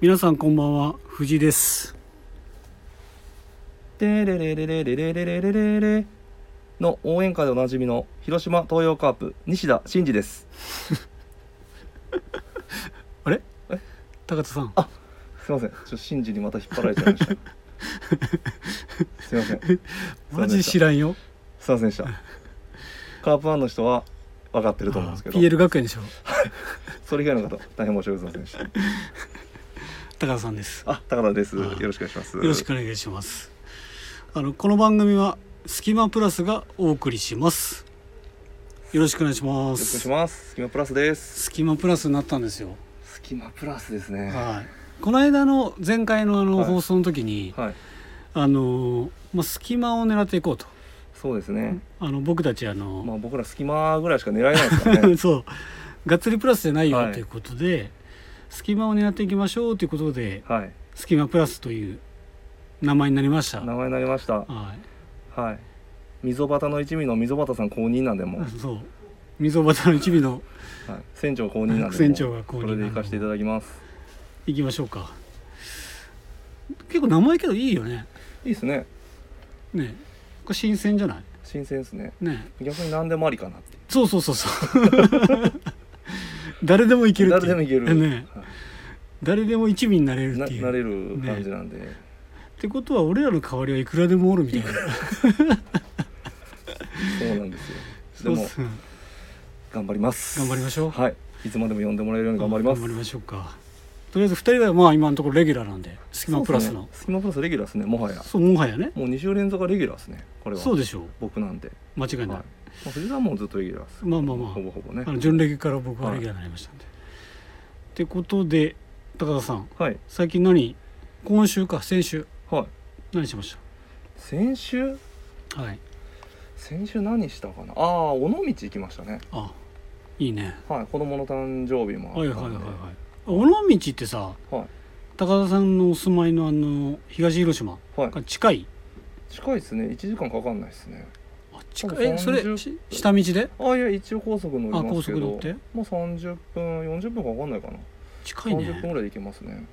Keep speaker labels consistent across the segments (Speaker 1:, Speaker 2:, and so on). Speaker 1: 皆さんこんばんは藤井です
Speaker 2: でれれれれれれれれれれれの応援歌でおなじみの広島東洋カープ西田真二です
Speaker 1: あれ
Speaker 2: え
Speaker 1: 高田さん
Speaker 2: あすいませんちょっと真二にまた引っ張られちゃいましたすいません
Speaker 1: マジ知らんよ
Speaker 2: すいませんでしたカープファンの人は分かってると思うんですけど
Speaker 1: PL 学園でしょ
Speaker 2: それ以外の方大変申し訳ございませんでした
Speaker 1: 高田さんです
Speaker 2: あ高田です
Speaker 1: あ
Speaker 2: よろしくお願いします
Speaker 1: よろしくお願いしますあのこの番組はスキマプラスがお送りしますよろしくお願いしま
Speaker 2: よろしくお願い
Speaker 1: す
Speaker 2: しますスキマプラスです
Speaker 1: スキマプラスになったんですよ
Speaker 2: スキマプラスですね
Speaker 1: はいこの間の前回のあの
Speaker 2: はい
Speaker 1: 放送の時に、
Speaker 2: はい
Speaker 1: あのまあ隙間を狙っていこうと
Speaker 2: そうですね
Speaker 1: あの僕たちあの、
Speaker 2: まあ僕ら隙間ぐらいしか狙えないですから ね
Speaker 1: そうがっつりプラスじゃないよ
Speaker 2: はい
Speaker 1: ということで、隙間を狙っていきましょうということで
Speaker 2: はい
Speaker 1: 隙間プラスという名前になりました
Speaker 2: 名前になりました
Speaker 1: は
Speaker 2: はい。溝端の一味の溝端さん公認なんでもう、はい
Speaker 1: い、そう溝端の一味の
Speaker 2: 船長公認なんでも う
Speaker 1: 船長が公認
Speaker 2: これで行かせていただきます。
Speaker 1: いきましょうか結構名前けどいいよね
Speaker 2: いいですね。
Speaker 1: ねこれ新鮮じゃない
Speaker 2: 新鮮ですね。
Speaker 1: ね
Speaker 2: 逆に何でもありかなって。
Speaker 1: そうそうそうそう 誰でもいけるって
Speaker 2: 誰
Speaker 1: いう
Speaker 2: でもいける。
Speaker 1: ね
Speaker 2: は
Speaker 1: 誰でも一味になれ
Speaker 2: い
Speaker 1: る
Speaker 2: な
Speaker 1: っていう
Speaker 2: なれる感じなんで、
Speaker 1: ってことは俺らの代わりはいくらでもおるみ たいな
Speaker 2: そうなんですよ。で
Speaker 1: そう
Speaker 2: も
Speaker 1: そう
Speaker 2: 頑張ります。
Speaker 1: 頑張りましょう
Speaker 2: はい。いつまでも呼んでもらえるように頑張ります。
Speaker 1: 頑張りましょうかとりあえず2人はまあ今のところレギュラーなんでスキマプラス
Speaker 2: そう
Speaker 1: の
Speaker 2: ですね。スキマプラスレギュラーですね。もはや。
Speaker 1: そう,、もはやね
Speaker 2: もう二週連続がレギュラーですね。これは。
Speaker 1: そうでしょう
Speaker 2: 僕なんで。
Speaker 1: 間違いな、
Speaker 2: はいい。まあ藤田はもうずっとレギュラーです。
Speaker 1: まあまあまあ
Speaker 2: ほぼほぼね
Speaker 1: あ。の準レギから僕はレギュラーになりましたんで、ってことで高田さん
Speaker 2: はい
Speaker 1: 最近何今週か先週
Speaker 2: はい。
Speaker 1: 何しまし
Speaker 2: 先週
Speaker 1: たはい
Speaker 2: 先週何したかなああ尾道行きましたね
Speaker 1: あいいね
Speaker 2: はい子供の誕生日も
Speaker 1: は
Speaker 2: あ
Speaker 1: い
Speaker 2: っ
Speaker 1: はいは
Speaker 2: た
Speaker 1: い
Speaker 2: んで
Speaker 1: はい尾道ってさ
Speaker 2: はい
Speaker 1: 高田さんのお住まいのあの東広島
Speaker 2: はい
Speaker 1: が近い
Speaker 2: 近いですね1時間かかんないですね
Speaker 1: あ近いえそれ
Speaker 2: 30
Speaker 1: し下道で
Speaker 2: ああいや一応高速乗り
Speaker 1: あ
Speaker 2: ま
Speaker 1: 高
Speaker 2: す
Speaker 1: 速
Speaker 2: け
Speaker 1: 乗
Speaker 2: ど
Speaker 1: って
Speaker 2: もう30分40分かかんないかな、
Speaker 1: 近い
Speaker 2: 30分
Speaker 1: ね
Speaker 2: ぐらいで行けますね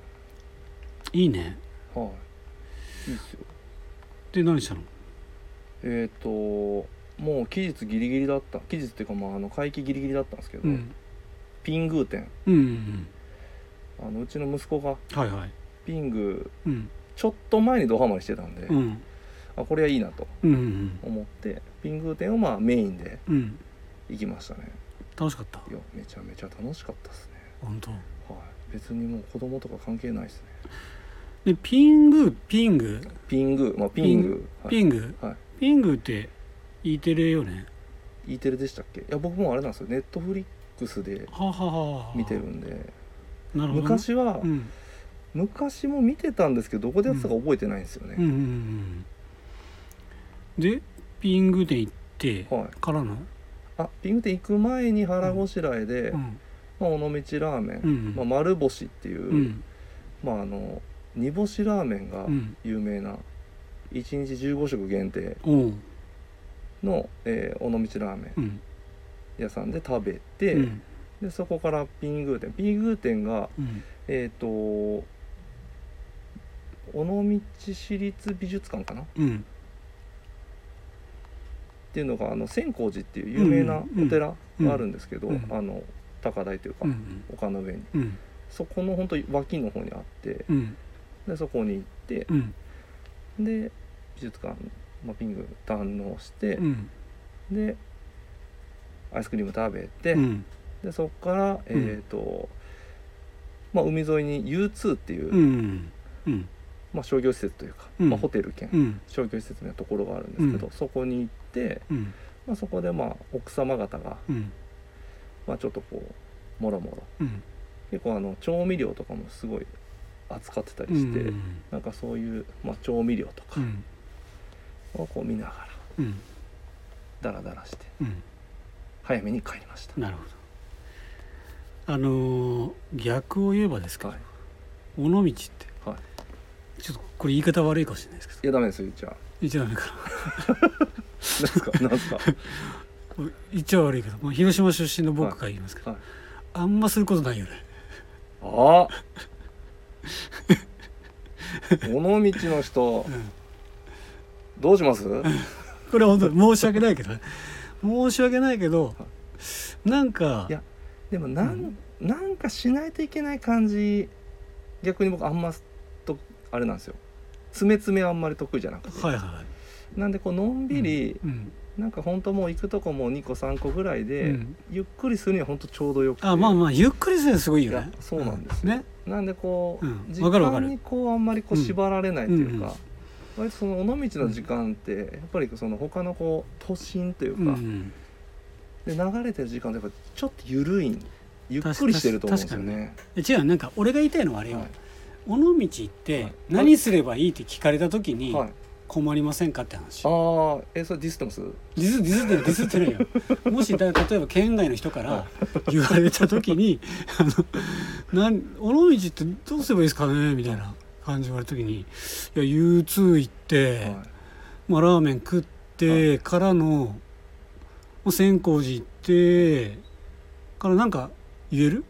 Speaker 1: いいね
Speaker 2: はいいいっすよ
Speaker 1: で何したの
Speaker 2: えっ、ともう期日ギリギリだった期日っていうかまああの会期ギリギリだったんですけど、
Speaker 1: うん
Speaker 2: ピングー店
Speaker 1: うんうん
Speaker 2: あのうちの息子が
Speaker 1: うんはいはい
Speaker 2: ピング
Speaker 1: うん
Speaker 2: ちょっと前にドハマりしてたんで、
Speaker 1: うん
Speaker 2: あこれはいいなと
Speaker 1: うんうん
Speaker 2: 思ってピングー店をまあメインで
Speaker 1: うん
Speaker 2: 行きましたね
Speaker 1: 楽しかった
Speaker 2: いやめちゃめちゃ楽しかったですね
Speaker 1: 本当
Speaker 2: はい別にもう子供とか関係ないですね
Speaker 1: でピングピング
Speaker 2: ピングまあピング
Speaker 1: ピング、
Speaker 2: はい
Speaker 1: ピングって E テレよね
Speaker 2: E テレでしたっけいや僕もあれなんですよネットフリックスで
Speaker 1: はあはあはあはあ
Speaker 2: 見てるんで
Speaker 1: なるほどね、
Speaker 2: 昔は、
Speaker 1: うん、
Speaker 2: 昔も見てたんですけどどこでやってたか覚えてないんですよ
Speaker 1: うんうん
Speaker 2: ね、
Speaker 1: うんうんでピングで行って
Speaker 2: はい
Speaker 1: からの、
Speaker 2: あピング店行く前に腹ごしらえで、
Speaker 1: うん
Speaker 2: まあ、尾道ラーメン、
Speaker 1: うん
Speaker 2: まあ、丸干しっていう、
Speaker 1: うん
Speaker 2: まああの煮干しラーメンが
Speaker 1: うん
Speaker 2: 有名な1日15食限定
Speaker 1: おう
Speaker 2: の、えー尾道ラーメ
Speaker 1: う
Speaker 2: ン
Speaker 1: ん
Speaker 2: 屋さんで食べて、
Speaker 1: うん
Speaker 2: でそこからピングーテンピングーテンが
Speaker 1: うん
Speaker 2: えっ、と尾道市立美術館かなっ
Speaker 1: うん
Speaker 2: ていうのがあの千光寺っていう有名なお寺があるんですけど、
Speaker 1: うんうんうん
Speaker 2: あの高台というか、
Speaker 1: うん
Speaker 2: 丘の上に
Speaker 1: うん
Speaker 2: そこの本当に脇の方にあって
Speaker 1: うん
Speaker 2: でそこに行って
Speaker 1: うん
Speaker 2: で美術館、まあ、ピング堪能して
Speaker 1: う、ん
Speaker 2: でアイスクリーム食べて、
Speaker 1: うん
Speaker 2: でそこからえっ、と、まあ、海沿いに U2 っていう、
Speaker 1: うんうん
Speaker 2: まあ、商業施設というか、
Speaker 1: うん
Speaker 2: まあ、ホテル兼
Speaker 1: うん
Speaker 2: 商業施設のところがあるんですけど、
Speaker 1: うん
Speaker 2: そこに行って、
Speaker 1: うん
Speaker 2: まあ、そこでまあ奥様方が、
Speaker 1: うん
Speaker 2: まあ、ちょっとこうもろもろ
Speaker 1: うん
Speaker 2: 結構あの調味料とかもすごい扱ってたり
Speaker 1: う
Speaker 2: して、
Speaker 1: ん
Speaker 2: なんかそういう、まあ、調味料と
Speaker 1: う
Speaker 2: か
Speaker 1: ん
Speaker 2: をこう見ながら
Speaker 1: うん
Speaker 2: ダラダラして
Speaker 1: うん
Speaker 2: 早めに帰りました。
Speaker 1: なるほどあのー逆を言えばですか、
Speaker 2: はい
Speaker 1: 尾道って
Speaker 2: はい、
Speaker 1: ちょっとこれ言い方悪いかもしれないですけど
Speaker 2: いやダメですよ言っちゃ
Speaker 1: 言っちゃダメかな
Speaker 2: なんすかなんすか
Speaker 1: 言っちゃ悪いけど、まあ、広島出 身の僕が言いますけど、
Speaker 2: はい
Speaker 1: あんますることないよね
Speaker 2: あ 尾道の人
Speaker 1: ん
Speaker 2: どうします
Speaker 1: これは本当に申し訳ないけどね申し訳ないけどなんか
Speaker 2: いやでもなん,、なんかしないといけない感じ逆に僕あんまとあれなんですよ詰め詰めはあんまり得意じゃなくて
Speaker 1: はいは
Speaker 2: なんでこうのん
Speaker 1: い
Speaker 2: びり、
Speaker 1: うん
Speaker 2: なんかほんともう行くとこも2個3個ぐらいで、
Speaker 1: うん
Speaker 2: ゆっくりするにはほんとちょうどよくて
Speaker 1: あまあまあゆっくりするのすごいよ
Speaker 2: い
Speaker 1: ね
Speaker 2: やそうなんですよ
Speaker 1: ね
Speaker 2: なんでこう、
Speaker 1: うん
Speaker 2: 時
Speaker 1: わかるわか
Speaker 2: 間
Speaker 1: る
Speaker 2: にこうあんまりこう
Speaker 1: うん
Speaker 2: 縛られないという
Speaker 1: う
Speaker 2: か、
Speaker 1: んうん
Speaker 2: 割とその尾道の時間ってやっぱりその他のこう都心という
Speaker 1: うんう
Speaker 2: か、
Speaker 1: ん
Speaker 2: で流れてる時間ってやっぱちょっと緩いゆっくりしてると思うんですよね。
Speaker 1: え違うなんか俺が言いたいのはあれよ、
Speaker 2: はい
Speaker 1: 尾道行っ
Speaker 2: は
Speaker 1: て
Speaker 2: い
Speaker 1: 何すればいいって聞かれた時に
Speaker 2: はい、
Speaker 1: 困りませんかって話、
Speaker 2: ああえそれディスってます
Speaker 1: ディスディスってないディスってない よもしだ例えば県外の人から言われた時に「あのなん尾道ってどうすればいいですかね?」みたいな感じ言われた時に「いや U2 行って、
Speaker 2: はい
Speaker 1: まあ、ラーメン食って、からの、まあ、千光寺行ってからなんか言える、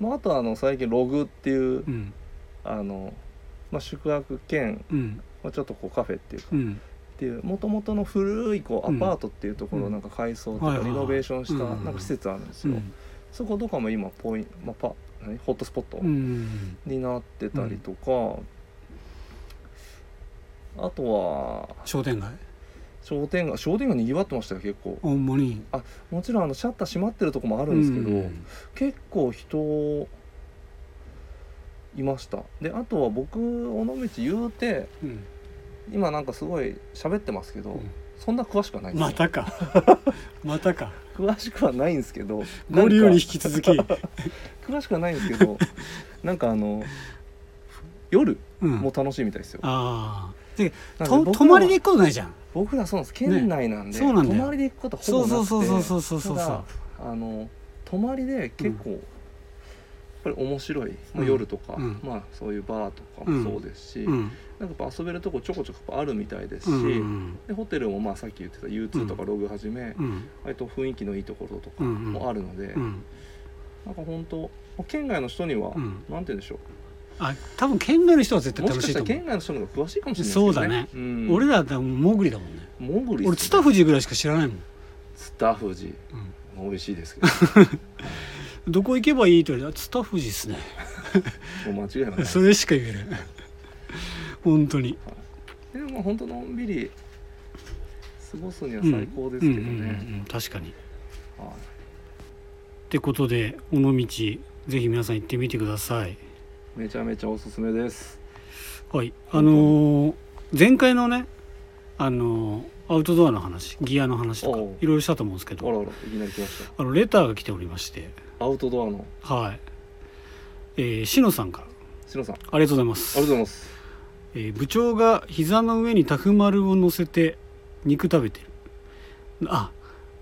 Speaker 2: まあ、あとはあの最近ログっていう
Speaker 1: うん
Speaker 2: あの、まあ、宿泊兼、
Speaker 1: うん
Speaker 2: まあ、ちょっとこうカフェっていうか、
Speaker 1: う
Speaker 2: っ
Speaker 1: ん
Speaker 2: ていうもともとの古いこうアパートっていうところ
Speaker 1: う
Speaker 2: を
Speaker 1: ん
Speaker 2: なんか改装と
Speaker 1: は
Speaker 2: か
Speaker 1: いはい
Speaker 2: リノベーションした
Speaker 1: うん
Speaker 2: なんか施設あるんです
Speaker 1: う
Speaker 2: よ、
Speaker 1: ん
Speaker 2: そことかも今ポイン、まあ、パ何ホットスポット
Speaker 1: うん
Speaker 2: になってたりとか、あとは
Speaker 1: 商店街
Speaker 2: 商店街商店街にぎわってましたよ結構
Speaker 1: ほんまに
Speaker 2: もちろんあのシャッター閉まってるとこもあ
Speaker 1: あ
Speaker 2: るんですけど、結構人いましたであとは僕尾道言うて今なんかすごい喋ってますけど、
Speaker 1: うん
Speaker 2: そんな詳しくはないんです
Speaker 1: ま
Speaker 2: よ
Speaker 1: た かまたか
Speaker 2: 詳しくはないんですけど
Speaker 1: 合流
Speaker 2: なん
Speaker 1: に
Speaker 2: か
Speaker 1: 引き 続き、
Speaker 2: 詳しくはないんですけ どなんかあの夜
Speaker 1: うん
Speaker 2: も楽しいみたいですよ、
Speaker 1: ああで
Speaker 2: なん
Speaker 1: と
Speaker 2: で僕らは
Speaker 1: 泊まりで行くことないじゃん
Speaker 2: 僕らそうなんです県内なん
Speaker 1: ね
Speaker 2: で、
Speaker 1: そうなんだ
Speaker 2: 泊
Speaker 1: よ
Speaker 2: まりで行くことはほぼ
Speaker 1: そう
Speaker 2: なくて
Speaker 1: そうそうそうそうそうそう
Speaker 2: た
Speaker 1: そ
Speaker 2: だあの泊まりで結構、やっぱり面白い、まあ、夜とか、
Speaker 1: うん
Speaker 2: まあ、そういうバーとかもそうですし、
Speaker 1: ううん
Speaker 2: なんかやっぱ遊べるとこちょこちょこやっぱあるみたいですし、
Speaker 1: うんうん
Speaker 2: でホテルもまあさっき言ってた U2 とかログはじめ、
Speaker 1: うん
Speaker 2: 割と雰囲気のいいところと
Speaker 1: う
Speaker 2: か
Speaker 1: んうん
Speaker 2: もあるので、
Speaker 1: うん
Speaker 2: なんか本当県外の人には、
Speaker 1: うん
Speaker 2: なんて言うんでしょ
Speaker 1: あ多分県外の人は絶
Speaker 2: う
Speaker 1: 対楽
Speaker 2: もし
Speaker 1: し
Speaker 2: かし
Speaker 1: い
Speaker 2: た
Speaker 1: と思
Speaker 2: ら
Speaker 1: う
Speaker 2: 県外の人の方が詳しいかもしれない
Speaker 1: そうだね
Speaker 2: うん、
Speaker 1: 俺らだもん潜りだもんね
Speaker 2: モンゴル
Speaker 1: 俺ツタフジぐらいしか知らないもん、
Speaker 2: ツタフジ
Speaker 1: うん
Speaker 2: 美味しいですけど
Speaker 1: どこ行けばいいって言われたらツタフジっすね
Speaker 2: もう間違いはな い
Speaker 1: それしか言えない 本当に
Speaker 2: でも本当のんびり過ごすには
Speaker 1: うん
Speaker 2: 最高ですけど
Speaker 1: うんうん
Speaker 2: ね、
Speaker 1: うんうん確かに
Speaker 2: はい
Speaker 1: ってことで尾道ぜひ皆さん行ってみてください
Speaker 2: めちゃめちゃおすすめです
Speaker 1: はいあのー前回のねあのーアウトドアの話ギアの話とかい
Speaker 2: おう
Speaker 1: ろいろしたと思うんですけ
Speaker 2: あらあ
Speaker 1: ど
Speaker 2: らいきなり来まし
Speaker 1: あのレターが来ておりまして
Speaker 2: たアウトドアの
Speaker 1: はいえー、しのさんから
Speaker 2: しのさんあ
Speaker 1: ありがとうございます
Speaker 2: りがとうございます
Speaker 1: えー部長が膝の上にタフ丸を乗せて肉食べてるあ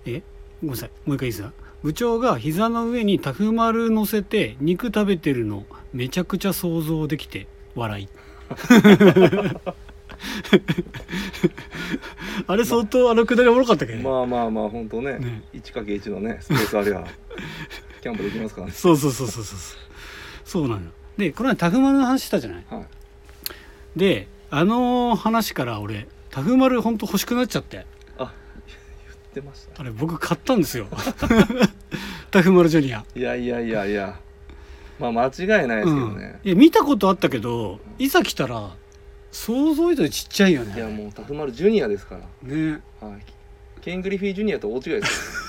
Speaker 1: えごめんなさいもう一回いいですか部長が膝の上にタフ丸乗せて肉食べてるのめちゃくちゃ想像できて笑いあれ相当あのくだりおもろかったけどね、
Speaker 2: まあまあまあ本当ね
Speaker 1: ね
Speaker 2: 1×1 のねスペースあ りゃキャンプできますからね
Speaker 1: そうそうそうそうそうそうそうなのよでこの前タフ丸の話したじゃない
Speaker 2: はい
Speaker 1: であの話から俺タフ丸ほんと欲しくなっちゃって
Speaker 2: あ言ってました
Speaker 1: あれ僕買ったんですよタフマルジュニア、
Speaker 2: いやいやいやいやまあ間違いないです
Speaker 1: う
Speaker 2: けど
Speaker 1: ん
Speaker 2: ね、、
Speaker 1: いや見たことあったけどいざ来たら想像以上にちっちゃいよ
Speaker 2: いや
Speaker 1: ね
Speaker 2: もうタフマルジュニアですから
Speaker 1: ね
Speaker 2: はいケングリフィージュニアと大違い です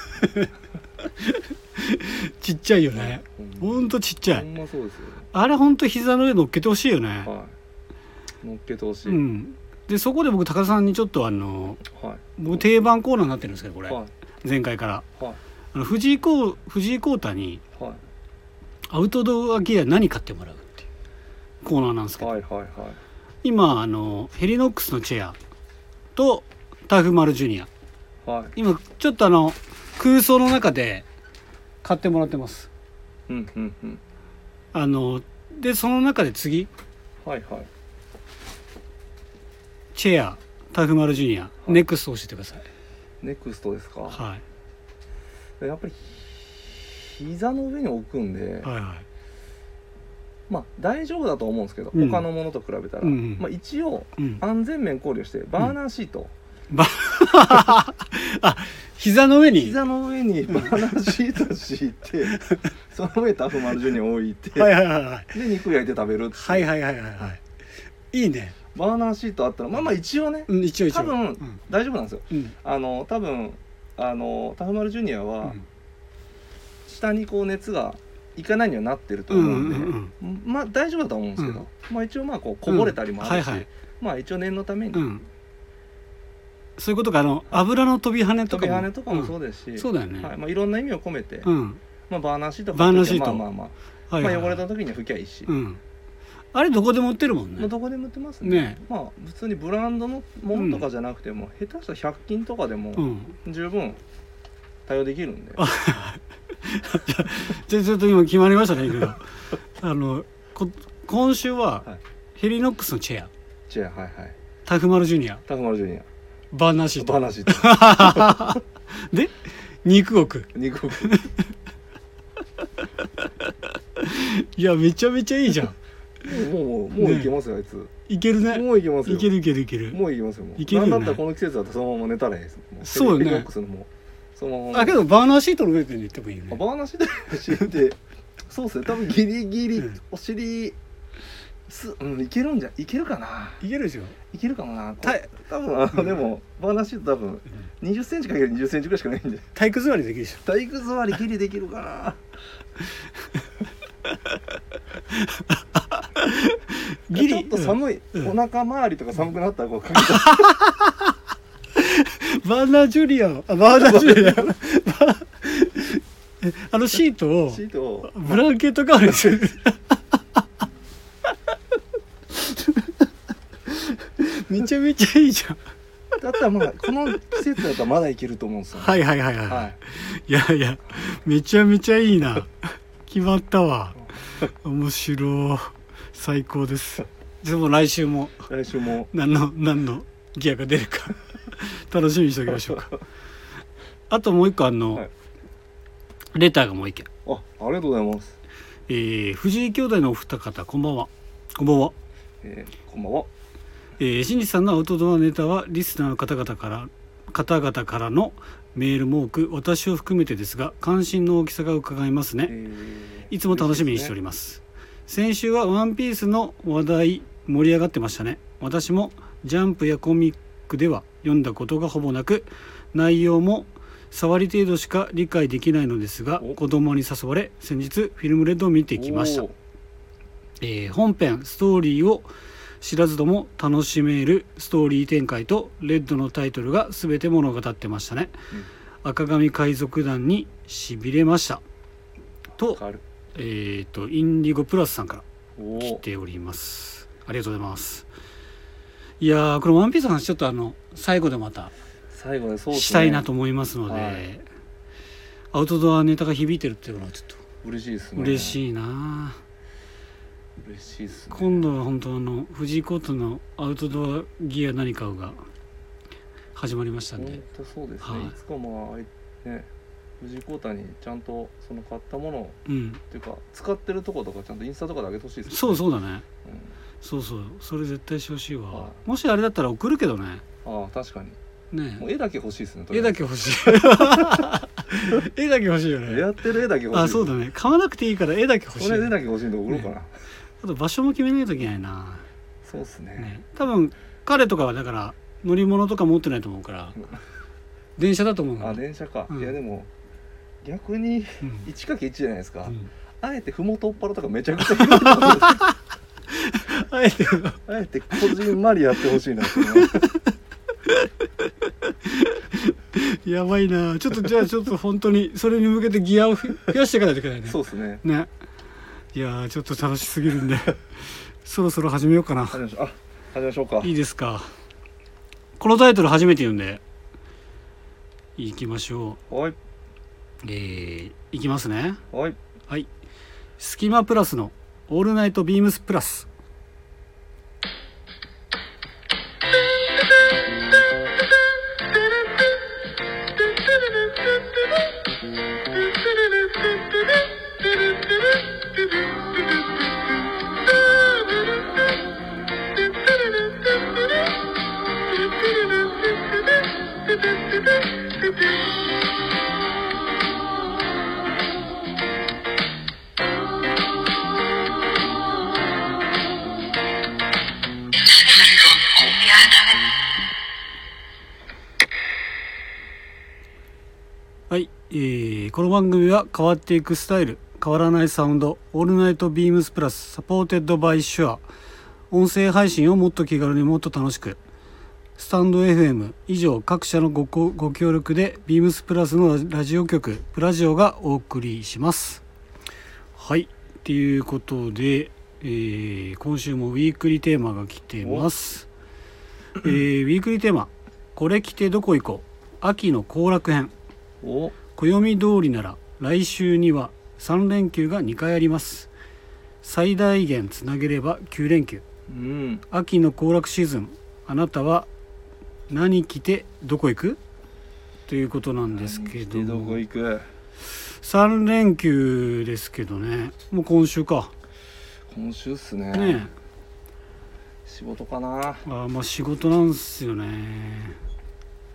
Speaker 1: ちっちゃいよ
Speaker 2: よ
Speaker 1: ね
Speaker 2: ほんま
Speaker 1: ほんとちっちゃ
Speaker 2: ほ
Speaker 1: い
Speaker 2: んまそうですよ
Speaker 1: あれほんと膝の上乗っけてほしいよね、
Speaker 2: はい乗っけてほしい、
Speaker 1: うんでそこで僕高田さんにちょっとあの
Speaker 2: はい
Speaker 1: 僕定番コーナーになってるんですけどこれ、
Speaker 2: は
Speaker 1: 前回から
Speaker 2: いはい
Speaker 1: あの藤井こう藤井耕太に
Speaker 2: はい
Speaker 1: アウトドアギア何買ってもらうっていうコーナーなんですけど、
Speaker 2: はいはいはい
Speaker 1: 今あのヘリノックスのチェアとタフマルジュニア
Speaker 2: はい
Speaker 1: 今ちょっとあの空想の中で買ってもらってます
Speaker 2: うんうんうん
Speaker 1: あのでその中で次
Speaker 2: はいはい
Speaker 1: チェアタフマルジュニア、
Speaker 2: い
Speaker 1: ネクスト教えてください
Speaker 2: ネクストですか、
Speaker 1: はい
Speaker 2: やっぱり膝の上に置くんで、
Speaker 1: はいはい
Speaker 2: まあ大丈夫だと思うんですけど、
Speaker 1: うん
Speaker 2: 他のものと比べたら、
Speaker 1: うんうん
Speaker 2: まあ、一応
Speaker 1: うん、
Speaker 2: 安全面考慮してバーナーシート、
Speaker 1: 膝の上に
Speaker 2: 膝の上にバーナーシート敷い て、その上タフマルジュニを置いて
Speaker 1: はいはいはいはい
Speaker 2: で肉焼いて食べるっていう
Speaker 1: はいはいはいはいはいいいね、
Speaker 2: バーナーシートあったらまあまあ一応ね、
Speaker 1: うん、一応一応
Speaker 2: 多分
Speaker 1: うん
Speaker 2: 大丈夫なんですよ
Speaker 1: うん
Speaker 2: あの多分あのタフマルジュニア
Speaker 1: う
Speaker 2: は
Speaker 1: ん
Speaker 2: 下にこう熱がいかないにはなってると思うんで、
Speaker 1: うんうん
Speaker 2: まあ大丈夫だと思うんですけど、
Speaker 1: うん
Speaker 2: まあ一応まあこうこぼれたりもあるし、
Speaker 1: うんはいはい
Speaker 2: まあ一応念のために、
Speaker 1: うん、そういうことかあの油の飛び跳ねとか
Speaker 2: 飛び
Speaker 1: も
Speaker 2: 跳ねとかもそううですし、
Speaker 1: んそうだよね、
Speaker 2: はいまあ、いろんな意味を込めて、
Speaker 1: うん
Speaker 2: まあ、バーナーシート
Speaker 1: バーナーシート
Speaker 2: まあまあまあ、
Speaker 1: はいはい
Speaker 2: まあ、汚れた時には拭きゃいいし、
Speaker 1: うんあれどこでも売ってるもん
Speaker 2: もう
Speaker 1: ね
Speaker 2: どこでも売ってますね
Speaker 1: ね
Speaker 2: まあ普通にブランドのものとかじゃなくても、下手したら100均とかでも
Speaker 1: うん
Speaker 2: 十分対応できるん
Speaker 1: じ
Speaker 2: で、
Speaker 1: ゃあちょっと今決まりましたねいろいろ あのこ今週は
Speaker 2: はい
Speaker 1: ヘリノックスのチェア
Speaker 2: じゃあはいはい
Speaker 1: タフマルジュニア
Speaker 2: タフマルジュニア
Speaker 1: バーナーシート
Speaker 2: バーナ ーシート
Speaker 1: で肉奥
Speaker 2: 肉を
Speaker 1: いやめちゃめちゃいいじゃ ん
Speaker 2: もうもうもういけますよ、あいつ
Speaker 1: いけるね
Speaker 2: もういけますよ
Speaker 1: いけるいけるいける
Speaker 2: もういけますよもう
Speaker 1: いけるよね
Speaker 2: なんだったらこの季節だとそのまま寝たらいいですも
Speaker 1: そうよね
Speaker 2: ヘリノックスのもうそのまま
Speaker 1: あけどバーナーシートの上で言ってもいいよ
Speaker 2: あ
Speaker 1: ね
Speaker 2: バーナーシートシーでそうですね多分ギリギリ
Speaker 1: うん
Speaker 2: お尻す、うん、いけるんじゃいけるかない
Speaker 1: けるでしょ
Speaker 2: いけるかもな
Speaker 1: た
Speaker 2: 多分あのでもバーナーシート多分2 0ンチかける2 0ンチぐらいしかないんで
Speaker 1: 体育座りできるでしょ
Speaker 2: 体育座りギリできるかな
Speaker 1: ギリ
Speaker 2: ちょっと寒い、
Speaker 1: うん
Speaker 2: お腹周りとか寒くなったら こうかけた
Speaker 1: バーナージュリアンあバーナージュリアン バ ーえあのシートを
Speaker 2: シートを
Speaker 1: ブランケット代わりにするめちゃめちゃいいじゃん
Speaker 2: だったらまあこの季節だったらまだいけると思うんですよ、
Speaker 1: はいはいはいはい、
Speaker 2: はい
Speaker 1: い、やいやめちゃめちゃいいな決まったわ面白い最高ですでも来週も
Speaker 2: 来週も
Speaker 1: 何の何のギアが出るか楽しみにしておきましょうかあともう一個あの、
Speaker 2: はい
Speaker 1: レターがもう一件、
Speaker 2: あありがとうございます、
Speaker 1: えー藤井兄弟のお二方こんばんはこんばんは
Speaker 2: えー、こんばんは
Speaker 1: えー、新さんのアウトドアネタはリスナーの方々から方々からのメールも多く私を含めてですが関心の大きさが伺えますねいつも楽しみにしており
Speaker 2: ま
Speaker 1: ます先週は「ワンピースの話題盛り上がってましたね私も「ジャンプ」やコミックでは読んだことがほぼなく内容も触り程度しか理解できないのですが
Speaker 2: お
Speaker 1: 子供に誘われ先日フィルムレッドを見てきましたえー本編ストーリーを知らずとも楽しめるストーリー展開とレッドのタイトルが全て物語ってましたね、赤髪海賊団にしびれましたと,、
Speaker 2: 軽
Speaker 1: えー、とインディゴプラスさんから
Speaker 2: おー
Speaker 1: 来ておりますありがとうございますいやーこの「ワンピースの話ちょっとあの最後でまた
Speaker 2: 最後でそうですね
Speaker 1: したいなと思いますので
Speaker 2: はい
Speaker 1: アウトドアネタが響いてるっていうのはちょっと
Speaker 2: 嬉しいですね
Speaker 1: 嬉
Speaker 2: い
Speaker 1: しいなあ
Speaker 2: 嬉しいですね
Speaker 1: 今度は本当あの藤井コートのアウトドアギア何かが始まりましたんで
Speaker 2: 本当そうですね、
Speaker 1: はい
Speaker 2: い、つかまああいね藤井耕太にちゃんとその買ったもの
Speaker 1: うん
Speaker 2: っていうか使ってるとことかちゃんとインスタとかで上げてほしいですね
Speaker 1: そうそうだね
Speaker 2: うん、
Speaker 1: そうそうそれ絶対してほしいわ、
Speaker 2: は
Speaker 1: もしあれだったら送るけどね
Speaker 2: ああ確かに
Speaker 1: ね
Speaker 2: もう絵だけ欲しいですねとり
Speaker 1: 絵
Speaker 2: あ
Speaker 1: だ
Speaker 2: えず
Speaker 1: け欲 しい絵だけ欲しいよね
Speaker 2: やってる絵だけ欲しい
Speaker 1: あそうだね買わなくていいから絵だけ欲しい
Speaker 2: これ絵だけ欲しいんで送ろうかな、
Speaker 1: あと場所も決めないといけないな、
Speaker 2: そうですね
Speaker 1: ね、多分彼とかはだから乗り物とか持ってないと思うから
Speaker 2: うん
Speaker 1: 電車だと思うの
Speaker 2: あ電車か、
Speaker 1: うん
Speaker 2: いやでも逆に
Speaker 1: うん
Speaker 2: 1×1 じゃないですか、
Speaker 1: うん
Speaker 2: あえて麓っ腹とかめちゃくちゃ広いとこ ろで
Speaker 1: あえて
Speaker 2: あえて個人まりやってほしいなって思います
Speaker 1: やばいなちょっとじゃあちょっと本当にそれに向けてギアをふ増やしていかないといけないね
Speaker 2: そうですね
Speaker 1: ねいやーちょっと楽しすぎるんでそろそろ始めようかな
Speaker 2: 始めましょうあ始めましょうか
Speaker 1: いいですかこのタイトル初めて読んでいきましょ
Speaker 2: はいう
Speaker 1: えー、いきますね
Speaker 2: はい
Speaker 1: はい「スキマプラス」の「オールナイトビームスプラス」
Speaker 3: Thank you.
Speaker 1: えーこの番組は変わっていくスタイル変わらないサウンド「オールナイトビームスプラス」サポーテッドバイシュア音声配信をもっと気軽にもっと楽しくスタンド FM 以上各社のごこご協力でビームスプラスのラジオ局プラジオがお送りしますはいっていうことで、えー今週もウィークリーテーマが来てます、えーウィークリーテーマ「これ着てどこ行こう秋の行楽編」
Speaker 2: お
Speaker 1: 暦通りなら来週には3連休が2回あります最大限つなげれば9連休
Speaker 2: うん
Speaker 1: 秋の行楽シーズンあなたは何着てどこ行くということなんですけど
Speaker 2: 何してどこ行く
Speaker 1: 3連休ですけどねもう今週か
Speaker 2: 今週っすね
Speaker 1: ね
Speaker 2: 仕事かな
Speaker 1: えあーまあ仕事なんですよね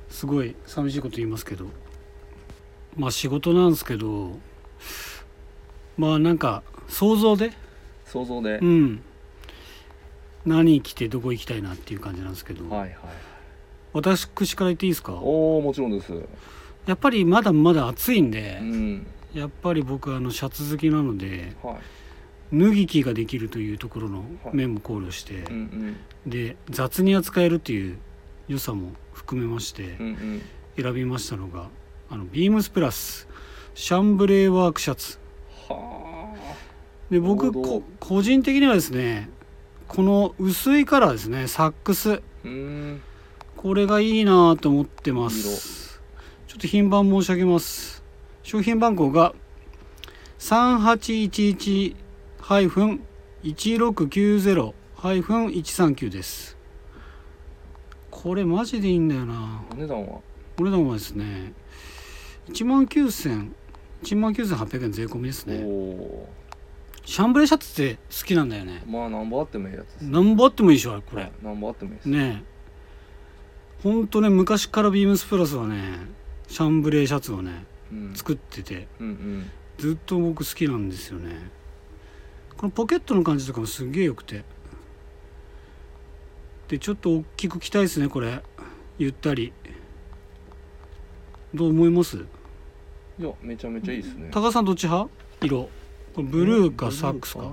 Speaker 1: すごい寂しいこと言いますけどまあ仕事なんですけどまあなんか想像で
Speaker 2: 想像で、
Speaker 1: うん、何着てどこ行きたいなっていう感じなんですけど、
Speaker 2: はいはい
Speaker 1: 私から言っていいですか
Speaker 2: おおもちろんです
Speaker 1: やっぱりまだまだ暑いんで
Speaker 2: う、ん
Speaker 1: やっぱり僕あのシャツ好きなので
Speaker 2: は
Speaker 1: 脱ぎ着ができるというところの
Speaker 2: はい
Speaker 1: 面も考慮して、
Speaker 2: いうん
Speaker 1: で雑に扱えるっていう良さも含めまして
Speaker 2: うんうんうん
Speaker 1: 選びましたのがあのビームスプラスシャンブレーワークシャツ
Speaker 2: はあ
Speaker 1: で僕
Speaker 2: なるほど
Speaker 1: こ個人的にはですねこの薄いカラーですねサックス
Speaker 2: うーん
Speaker 1: これがいいなと思ってますちょっと品番申し上げます商品番号が3811-1690-139ですこれマジでいいんだよな
Speaker 2: お値段は
Speaker 1: お値段はですね1万9000 1万9800円税込みです
Speaker 2: お
Speaker 1: ね
Speaker 2: お
Speaker 1: シャンブレーシャツって好きなんだよね
Speaker 2: ーまあ何本あってもいいやつです
Speaker 1: 何本あってもいいでしょあれこれ
Speaker 2: 何本あってもいいです
Speaker 1: ねえほんとね昔からビームスプラスはねシャンブレーシャツをね
Speaker 2: うん
Speaker 1: 作ってて
Speaker 2: うんうん
Speaker 1: ずっと僕好きなんですよねこのポケットの感じとかもすげえよくてでちょっと大きく着たいですねこれゆったりどう思います
Speaker 2: いやめちゃめちゃいいですね
Speaker 1: 高橋さんどっち派色これブルーかサックスか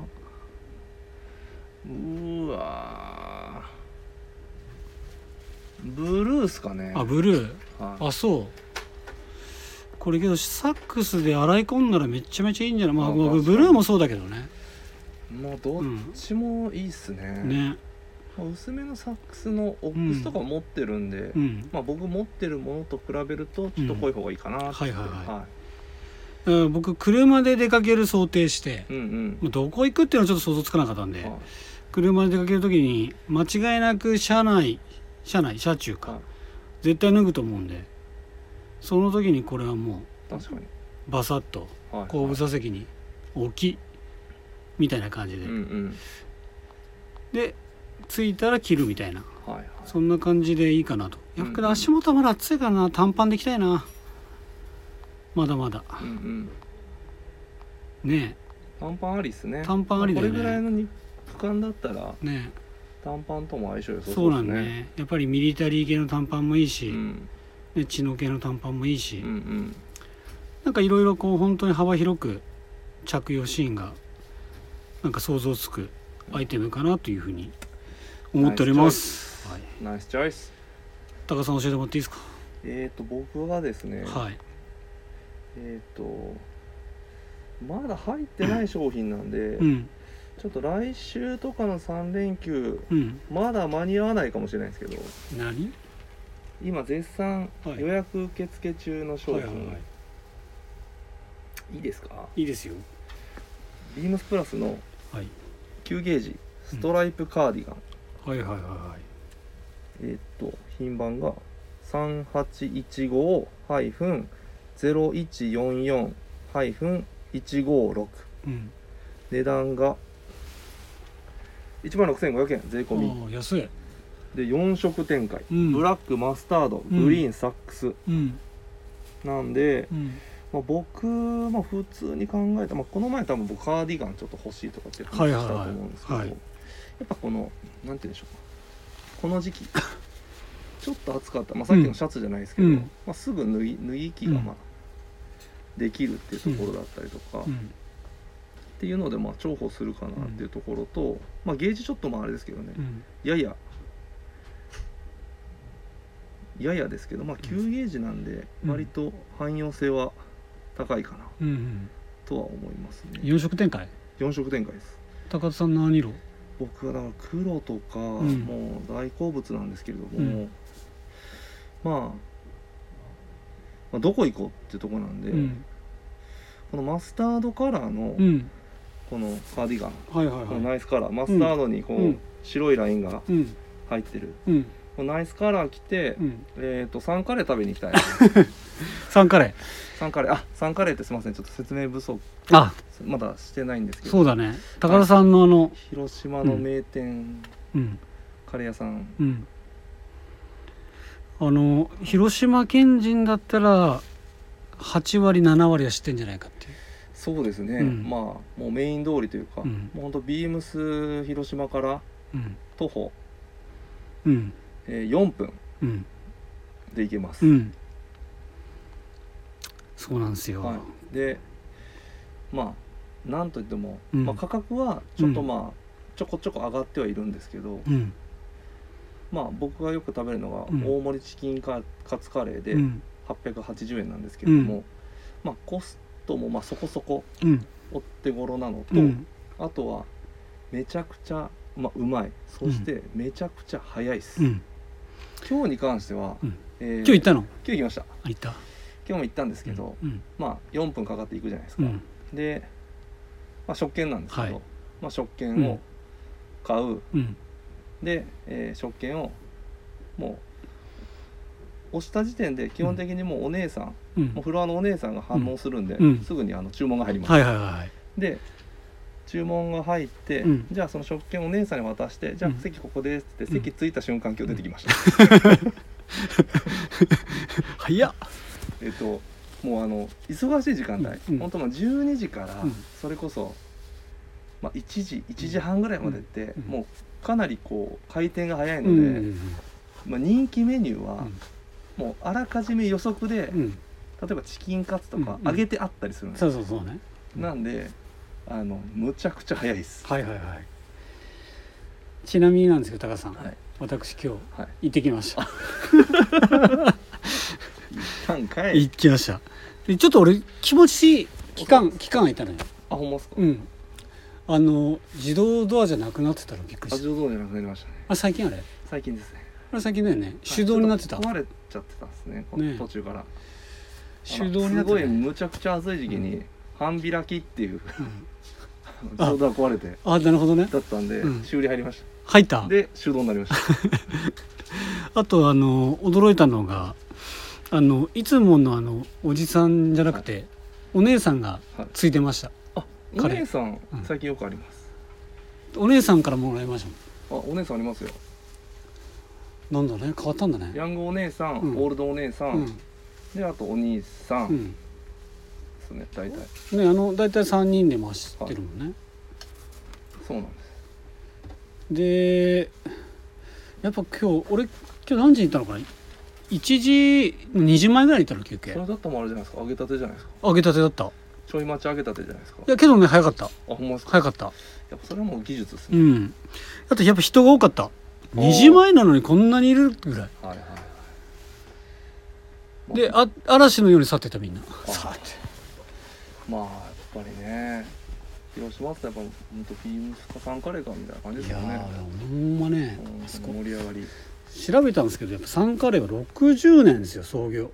Speaker 2: ブルーかうわーブルーっすかね
Speaker 1: あブルー
Speaker 2: はい
Speaker 1: あそうこれけどサックスで洗い込んだらめちゃめちゃいいんじゃないまあ
Speaker 2: あ
Speaker 1: まあ
Speaker 2: 確かに
Speaker 1: ブルーもそうだけどね
Speaker 2: もうどっちもいいっすね,、
Speaker 1: ね
Speaker 2: まあ薄めのサックスのオックスとか持ってるんで、
Speaker 1: うん
Speaker 2: まあ、僕持ってるものと比べるとちょっと濃い方がいいかなって、
Speaker 1: うんはいはいはい
Speaker 2: は
Speaker 1: だから僕車で出かける想定して
Speaker 2: い、うんうん、
Speaker 1: まあどこ行くっていうのはちょっと想像つかなかったんで
Speaker 2: はい
Speaker 1: 車で出かける時に間違いなく車内車内車中
Speaker 2: は
Speaker 1: か
Speaker 2: い
Speaker 1: 絶対脱ぐと思うんでその時にこれはも
Speaker 2: 確かに、
Speaker 1: うバサッと
Speaker 2: はい
Speaker 1: 後部座席に置きみたいな感じで
Speaker 2: うんうん
Speaker 1: で着いたら切るみたいな
Speaker 2: はいはい
Speaker 1: そんな感じでいいかなと。やっぱり足元まだ暑いからな、短パンで行きたいな。まだまだ。
Speaker 2: うんうん
Speaker 1: ね
Speaker 2: 短パンありっすね
Speaker 1: 短パンありだよね
Speaker 2: これぐらいの肉感だったら
Speaker 1: え、ね
Speaker 2: 短パンとも相性良さ
Speaker 1: え、
Speaker 2: そう
Speaker 1: そうな
Speaker 2: です
Speaker 1: んだ
Speaker 2: ね
Speaker 1: ね。やっぱりミリタリー系の短パンもいいし、
Speaker 2: うん
Speaker 1: ね、知能系の短パンもいいし、
Speaker 2: うんうん
Speaker 1: なんかいろいろこう本当に幅広く着用シーンが、なんか想像つくアイテムかなというふうに思っております。はい、
Speaker 2: ナイスチョイス
Speaker 1: 高田さん教えてもらっていいですか、
Speaker 2: えっ、ー、と僕はですね、
Speaker 1: はい。
Speaker 2: えっ、ー、とまだ入ってない商品なんで、
Speaker 1: うん、
Speaker 2: ちょっと来週とかの3連休
Speaker 1: うん。
Speaker 2: まだ間に合わないかもしれないですけど
Speaker 1: 何
Speaker 2: 今絶賛
Speaker 1: はい
Speaker 2: 予約受付中の商品、、
Speaker 1: はいいはいはい
Speaker 2: ですか
Speaker 1: い。いいですよ。
Speaker 2: ビームスプラスの
Speaker 1: はい。
Speaker 2: 9ゲージストライプカーディガン、
Speaker 1: はいはいはいはい。
Speaker 2: えーっと品番が3815-0144-156
Speaker 1: うん。
Speaker 2: 値段が1万6500円税込み、
Speaker 1: ああ、安い。
Speaker 2: で4色展開、
Speaker 1: うん
Speaker 2: ブラックマスタード
Speaker 1: うん
Speaker 2: グリーンサックス、
Speaker 1: うん。
Speaker 2: なんで、
Speaker 1: うん。
Speaker 2: まあ、僕、まあ、普通に考えた、まあ、この前多分僕カーディガンちょっと欲しいとかって話
Speaker 1: はい
Speaker 2: し
Speaker 1: はい
Speaker 2: た
Speaker 1: はい
Speaker 2: と思うんですけど、
Speaker 1: はい
Speaker 2: やっぱこのなんて言うんでしょうかこの時期ちょっと暑かった、まあ、さっきのシャツじゃないですけど、
Speaker 1: うん
Speaker 2: まあ、すぐ脱ぎ脱ぎ着がまあ、できるっていうところだったりとか、
Speaker 1: う
Speaker 2: っ
Speaker 1: ん
Speaker 2: ていうのでまあ重宝するかなっていうところと、まあゲージショットもあれですけどね、
Speaker 1: うん
Speaker 2: ややややですけどまあ9ゲージなんで
Speaker 1: うん
Speaker 2: 割と汎用性は高いかな
Speaker 1: うん
Speaker 2: とは思いますね、
Speaker 1: 4色展開
Speaker 2: 4色展開です
Speaker 1: 高田さん何色
Speaker 2: 僕はだから黒とか
Speaker 1: ん
Speaker 2: もう大好物なんですけれども、
Speaker 1: うん
Speaker 2: まあ、まあどこ行こうっていうところなんで、
Speaker 1: うん
Speaker 2: このマスタードカラーの
Speaker 1: うん
Speaker 2: このカーディガン、
Speaker 1: はいはい
Speaker 2: この
Speaker 1: は
Speaker 2: ナイスカラーマスタードにこ
Speaker 1: う
Speaker 2: うん白いラインが
Speaker 1: いうん
Speaker 2: 入ってる、
Speaker 1: うん
Speaker 2: このナイスカラー着て、
Speaker 1: うん
Speaker 2: えっ、とサンカレー食べに行きたい
Speaker 1: サンカレ
Speaker 2: サンカレーあサンカレーってすいませんちょっと説明不足
Speaker 1: ーあ
Speaker 2: まだしてないんですけ
Speaker 1: そう
Speaker 2: ど
Speaker 1: だね高田さんのあの
Speaker 2: 広島の名店、
Speaker 1: うん
Speaker 2: カレー屋さん
Speaker 1: うんあの広島県人だったら8割7割は知ってんじゃないかっていう
Speaker 2: そうですね、
Speaker 1: うん
Speaker 2: まあもうメイン通りというか、
Speaker 1: うん
Speaker 2: もうほんとビームス広島から
Speaker 1: うん
Speaker 2: 徒歩、
Speaker 1: うん
Speaker 2: えー4分
Speaker 1: うん
Speaker 2: で行けます、
Speaker 1: うんそうなんですよ、
Speaker 2: はい、でまあなんといっても、
Speaker 1: うん
Speaker 2: まあ、価格はちょっと
Speaker 1: うん
Speaker 2: まあ、ちょこちょこ上がってはいるんですけど、
Speaker 1: うん
Speaker 2: まあ僕がよく食べるのが
Speaker 1: うん
Speaker 2: 大盛りチキンカカツカレーで
Speaker 1: うん
Speaker 2: 880円なんですけれども、
Speaker 1: う
Speaker 2: まあコストもまあそこそこ
Speaker 1: うん
Speaker 2: お手頃なのと、
Speaker 1: うん
Speaker 2: あとはめちゃくちゃ、まあ、うまいそしてめちゃくちゃ早いっす、
Speaker 1: うん
Speaker 2: 今日に関しては、
Speaker 1: うん
Speaker 2: えー
Speaker 1: 今日行ったの
Speaker 2: 今日行きました
Speaker 1: あ行った
Speaker 2: 今日も行ったんですけど、
Speaker 1: うん
Speaker 2: まあ4分かかっていくじゃないです
Speaker 1: う
Speaker 2: か、
Speaker 1: ん
Speaker 2: で、まあ、食券なんですけど、
Speaker 1: はい
Speaker 2: まあ、食
Speaker 1: う
Speaker 2: 券を
Speaker 1: ん
Speaker 2: 買う、
Speaker 1: うん
Speaker 2: で、えー食券をもう押した時点で基本的にもうお姉さん、
Speaker 1: うん
Speaker 2: もうフロアのお姉さんが反応するんで、
Speaker 1: うんうん
Speaker 2: すぐにあの注文が入ります、
Speaker 1: はいはいはい
Speaker 2: で注文が入って、
Speaker 1: うん
Speaker 2: じゃあその食券をお姉さんに渡して、じゃ
Speaker 1: う
Speaker 2: あ
Speaker 1: ん
Speaker 2: 席ここですって
Speaker 1: うん
Speaker 2: 席着いた瞬間今日出てきました、
Speaker 1: 早っ
Speaker 2: えっともうあの忙しい時間帯、
Speaker 1: うん
Speaker 2: 本当まあ12時から
Speaker 1: うん
Speaker 2: それこそ、まあ、1時1時半ぐらいまでって、
Speaker 1: うん
Speaker 2: もうかなりこう回転が早いの
Speaker 1: う
Speaker 2: で、
Speaker 1: ん
Speaker 2: まあ、人気メニューは、もうあらかじめ予測で、
Speaker 1: うんうん
Speaker 2: 例えばチキンカツとか
Speaker 1: うん
Speaker 2: 揚げてあったりするんです
Speaker 1: そ
Speaker 2: よ、
Speaker 1: うそうそうね
Speaker 2: なんであのむちゃくちゃ早いです
Speaker 1: はいはいはいちなみになんですけど高田さん、
Speaker 2: はい
Speaker 1: 私今日
Speaker 2: はい
Speaker 1: 行ってきました
Speaker 2: なんかい
Speaker 1: 行ってきましたでちょっと俺気持ちいい期間期間空いたのよ
Speaker 2: あほんまっすか、
Speaker 1: うんあの自動ドアじゃなくなってたらびっくり
Speaker 2: 味
Speaker 1: した
Speaker 2: をどうじゃなくなりましたね
Speaker 1: あ最近あれ
Speaker 2: 最近ですね
Speaker 1: あれ最近だよね手動になってた、
Speaker 2: はいちょっと壊れちゃってたんですねこ
Speaker 1: ね
Speaker 2: 途中から
Speaker 1: 手動になって
Speaker 2: あのす
Speaker 1: た
Speaker 2: ごい
Speaker 1: よね、
Speaker 2: むちゃくちゃ暑い時期に半開きっていう
Speaker 1: うん
Speaker 2: 自動ドア壊れて
Speaker 1: あなるほどね
Speaker 2: だったんで、
Speaker 1: うん
Speaker 2: 修理入りまし
Speaker 1: 入った
Speaker 2: たで手動になりました
Speaker 1: あとあの驚いたのがあのいつものあのおじさんじゃなくて、お姉さんが
Speaker 2: はい
Speaker 1: ついてました、
Speaker 2: あお
Speaker 1: カレー
Speaker 2: 姉さん
Speaker 1: うん
Speaker 2: 最近よくあります、
Speaker 1: お姉さんからもらいました
Speaker 2: あお姉さんありますよ
Speaker 1: もんなんだね変わったんだね
Speaker 2: ヤングお姉さん、
Speaker 1: うん
Speaker 2: オールドお姉さん、
Speaker 1: うん、
Speaker 2: であとお兄さ
Speaker 1: うん
Speaker 2: で
Speaker 1: ん、
Speaker 2: すね、大体
Speaker 1: ねあの大体3人で走ってるもんね、
Speaker 2: そうなんです
Speaker 1: でやっぱ今日俺今日何時に行ったのかな1時2時前ぐらいに行ったの休
Speaker 2: そ
Speaker 1: 憩
Speaker 2: れだったもあれじゃないですか揚げたてじゃないですか
Speaker 1: 揚げたてだったい
Speaker 2: ちょい待ち揚げたてじゃないですか
Speaker 1: やけどね早かった
Speaker 2: あほんまですか
Speaker 1: 早かった
Speaker 2: やっぱそれはもう技術です
Speaker 1: う
Speaker 2: ね、
Speaker 1: んあとやっぱ人が多かった
Speaker 2: おー
Speaker 1: 2時前なのにこんなにいるぐらい
Speaker 2: はいはいはいまあ
Speaker 1: であ嵐のように去ってたみんな
Speaker 2: あ
Speaker 1: 去って
Speaker 2: まあやっぱりね広島ってやっぱほんとビームスかサンカレーかみたいな感じで
Speaker 1: い
Speaker 2: す
Speaker 1: や
Speaker 2: よね
Speaker 1: ーほんまね
Speaker 2: うん
Speaker 1: あそこ
Speaker 2: 盛り上がり
Speaker 1: 調べたんですけどやっぱサンカレーは60年ですよ創業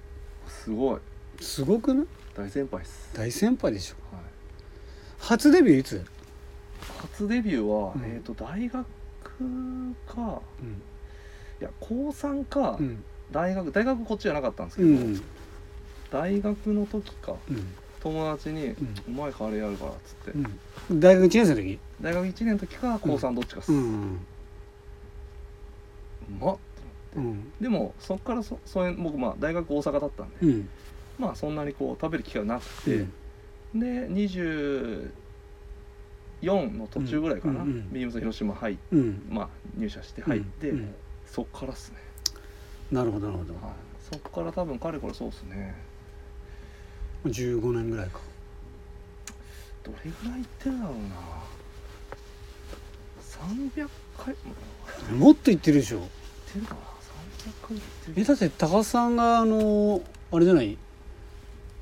Speaker 2: すごい
Speaker 1: すごくない
Speaker 2: 大先輩っす、
Speaker 1: 大先輩でしょ
Speaker 2: はい、
Speaker 1: 初デビューいつ、
Speaker 2: 初デビューは、
Speaker 1: うん
Speaker 2: えっ、と大学かいや高3か、
Speaker 1: うん
Speaker 2: 大学大学こっちじゃなかったんですけ
Speaker 1: う
Speaker 2: ど、
Speaker 1: ん
Speaker 2: 大学の時か
Speaker 1: うん
Speaker 2: 友達に
Speaker 1: ん
Speaker 2: 「うまいカレーあるから」っつって、
Speaker 1: うん大学1年生の時
Speaker 2: 大学1年の時か高3どっちかっす、
Speaker 1: う
Speaker 2: うんまっ
Speaker 1: うん
Speaker 2: でもそっからそそういう僕まあ大学大阪だったんで、
Speaker 1: うん
Speaker 2: まあそんなにこう食べる機会なくて、
Speaker 1: うん
Speaker 2: で24の途中ぐらいかな、
Speaker 1: うんうんうん
Speaker 2: ビームズ広島入っ
Speaker 1: うん
Speaker 2: まあ入社して入って、
Speaker 1: うんうん
Speaker 2: そっからっすね、
Speaker 1: なるほどなるほど
Speaker 2: はい、そっから多分かれこれそうっすね
Speaker 1: 15年ぐらいか
Speaker 2: どれぐらい行ってんだろうな300回も
Speaker 1: もっと言ってるでしょ
Speaker 2: 行ってるかな300回行って
Speaker 1: え
Speaker 2: る
Speaker 1: だって高須さんがあのあれじゃない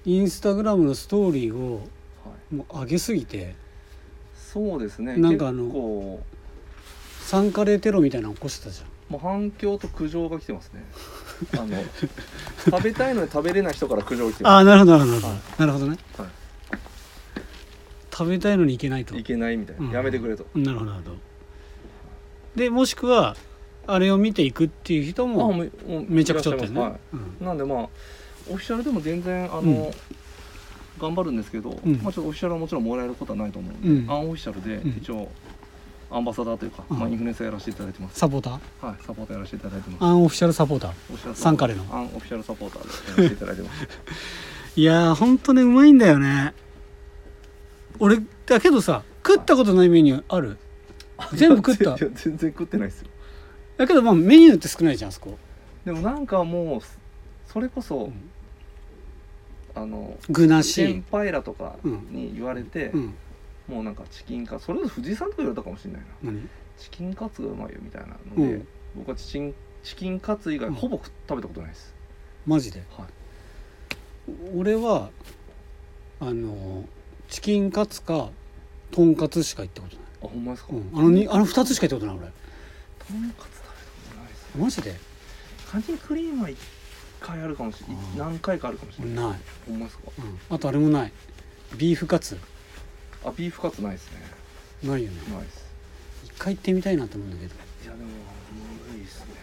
Speaker 1: インスタグラムのストーリーを
Speaker 2: はい
Speaker 1: もう上げすぎて
Speaker 2: そうですね
Speaker 1: なんかあの
Speaker 2: 結構
Speaker 1: 参加でテロみたいなの起こしてたじゃん
Speaker 2: もう反響と苦情が来てま すねあの食べたいのに食べれない人から苦情が来て
Speaker 1: あ
Speaker 2: ま
Speaker 1: あなるほどなるほど、
Speaker 2: はい
Speaker 1: なるほどね
Speaker 2: す、は
Speaker 1: 食べたいのに行けないと
Speaker 2: い、いけないみたいな、
Speaker 1: うん
Speaker 2: やめてくれと
Speaker 1: なるほどなるほどでもしくはあれを見ていくっていう人
Speaker 2: あ
Speaker 1: も
Speaker 2: もうもう
Speaker 1: めちゃくちゃだった
Speaker 2: いら
Speaker 1: よ
Speaker 2: っしゃい
Speaker 1: ね、
Speaker 2: ますはい、なんでまあオフィシャルでも全然あの、
Speaker 1: うん
Speaker 2: 頑張るんですけど、
Speaker 1: ん
Speaker 2: まあ、ちょっとオフィシャルはもちろんもらえることはないと思うんで、
Speaker 1: うん
Speaker 2: アンオフィシャルで
Speaker 1: うん
Speaker 2: 一応アンバサダーというか、
Speaker 1: うん
Speaker 2: まあ、インフルエンサーやらせていただいてます、
Speaker 1: サポーター
Speaker 2: はい、サポーターやらせていただいてます
Speaker 1: アンオフィシャルサポーター
Speaker 2: オフィシャルサポーター
Speaker 1: サンカレの
Speaker 2: アンオフィシャルサポーターでやらせていただいてます
Speaker 1: いやーほんとねうまいんだよね俺だけどさ食ったことないメニューある 全部食 った
Speaker 2: いや全然食ってないですよ
Speaker 1: だけどまあメニューって少ないじゃんあそこ
Speaker 2: でもなんかもうそれこそ、
Speaker 1: ん
Speaker 2: あの
Speaker 1: 具なし
Speaker 2: 先、輩らとかに言われて、
Speaker 1: うん、
Speaker 2: もうなんかチキンカツそれこそ藤井さんとか言われたかもしれないな
Speaker 1: 何
Speaker 2: チキンカツがうまいよみたいなの
Speaker 1: う
Speaker 2: で、
Speaker 1: ん
Speaker 2: 僕はチキンチキンカツ以外
Speaker 1: うん
Speaker 2: ほぼ食食べたことないです、
Speaker 1: マジで
Speaker 2: はい
Speaker 1: 俺はあのチキンカツかとんかつしか行ったこと
Speaker 2: あほんまですか、
Speaker 1: ない、うん、あのにあの2つしか行ったことない俺
Speaker 2: とんかつ食べたことないです
Speaker 1: マジで
Speaker 2: カニクリームは一回あるかもしれ
Speaker 1: うん
Speaker 2: 何回かあるかもしれ
Speaker 1: 俺
Speaker 2: ない
Speaker 1: ない、
Speaker 2: ほんまですか
Speaker 1: うん、あとあれもないビーフカツ
Speaker 2: あビーフカツないですね
Speaker 1: ないよね
Speaker 2: ないです
Speaker 1: 一回行ってみたいなと思うんだけど
Speaker 2: いやでもむずいですね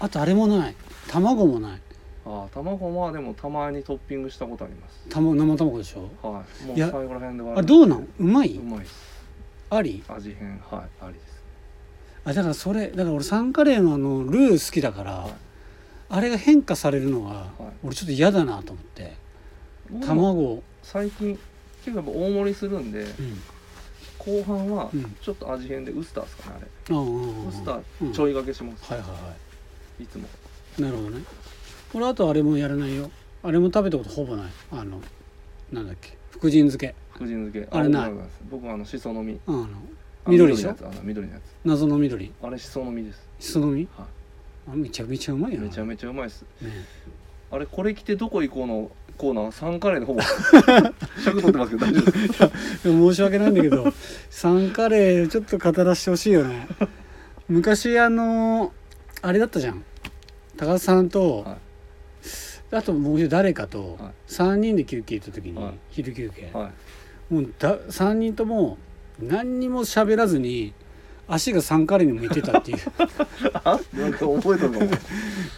Speaker 1: あとあれもない卵もない
Speaker 2: ああ卵はでもたまにトッピングしたことあります
Speaker 1: 卵生卵でしょ
Speaker 2: はいもう
Speaker 1: いや
Speaker 2: 最後ら辺で割
Speaker 1: あれどうなんんうまいう
Speaker 2: まいです
Speaker 1: あり
Speaker 2: 味変はいありです
Speaker 1: あだからそれだから俺サンカレーのあのルー好きだから、
Speaker 2: はい
Speaker 1: あれが変化されるのは、俺ちょっと嫌だなと思って
Speaker 2: 僕も
Speaker 1: 卵を
Speaker 2: 最近結構やっぱ大盛りするんで
Speaker 1: うん
Speaker 2: 後半は
Speaker 1: うん
Speaker 2: ちょっと味変でウスターですかねあれ
Speaker 1: うんうんうん
Speaker 2: ウスタ
Speaker 1: うん
Speaker 2: ーちょいがけします、、
Speaker 1: はいはいはい
Speaker 2: つも
Speaker 1: いなるほどね俺あとあれもやらないよあれも食べたことほぼないあのなんだっけ福神漬け
Speaker 2: 福神漬け
Speaker 1: あれない
Speaker 2: 僕もです僕はあのしその実
Speaker 1: うんあの
Speaker 2: あ
Speaker 1: 緑でしょ
Speaker 2: 緑のやつあの緑のやつ
Speaker 1: 謎の緑
Speaker 2: あれしその実です
Speaker 1: しその実
Speaker 2: は
Speaker 1: あめちゃめちゃうまいよな
Speaker 2: めちゃめちゃうまいです
Speaker 1: ね
Speaker 2: あれこれ着てどこ行こうのコーナーサンカレーで ほぼ尺取ってますけど大丈夫です
Speaker 1: でも申し訳ないんだけど サンカレーちょっと語らせてほしいよね昔あのあれだったじゃん高田さんと、
Speaker 2: は
Speaker 1: あともう一人誰かと
Speaker 2: はい
Speaker 1: 3人で休憩行った時に、
Speaker 2: はい
Speaker 1: 昼休憩、
Speaker 2: はい
Speaker 1: もうだ3人とも何にも喋らずに足がサンカレーに向いてたっていう
Speaker 2: あなんか覚えてるかも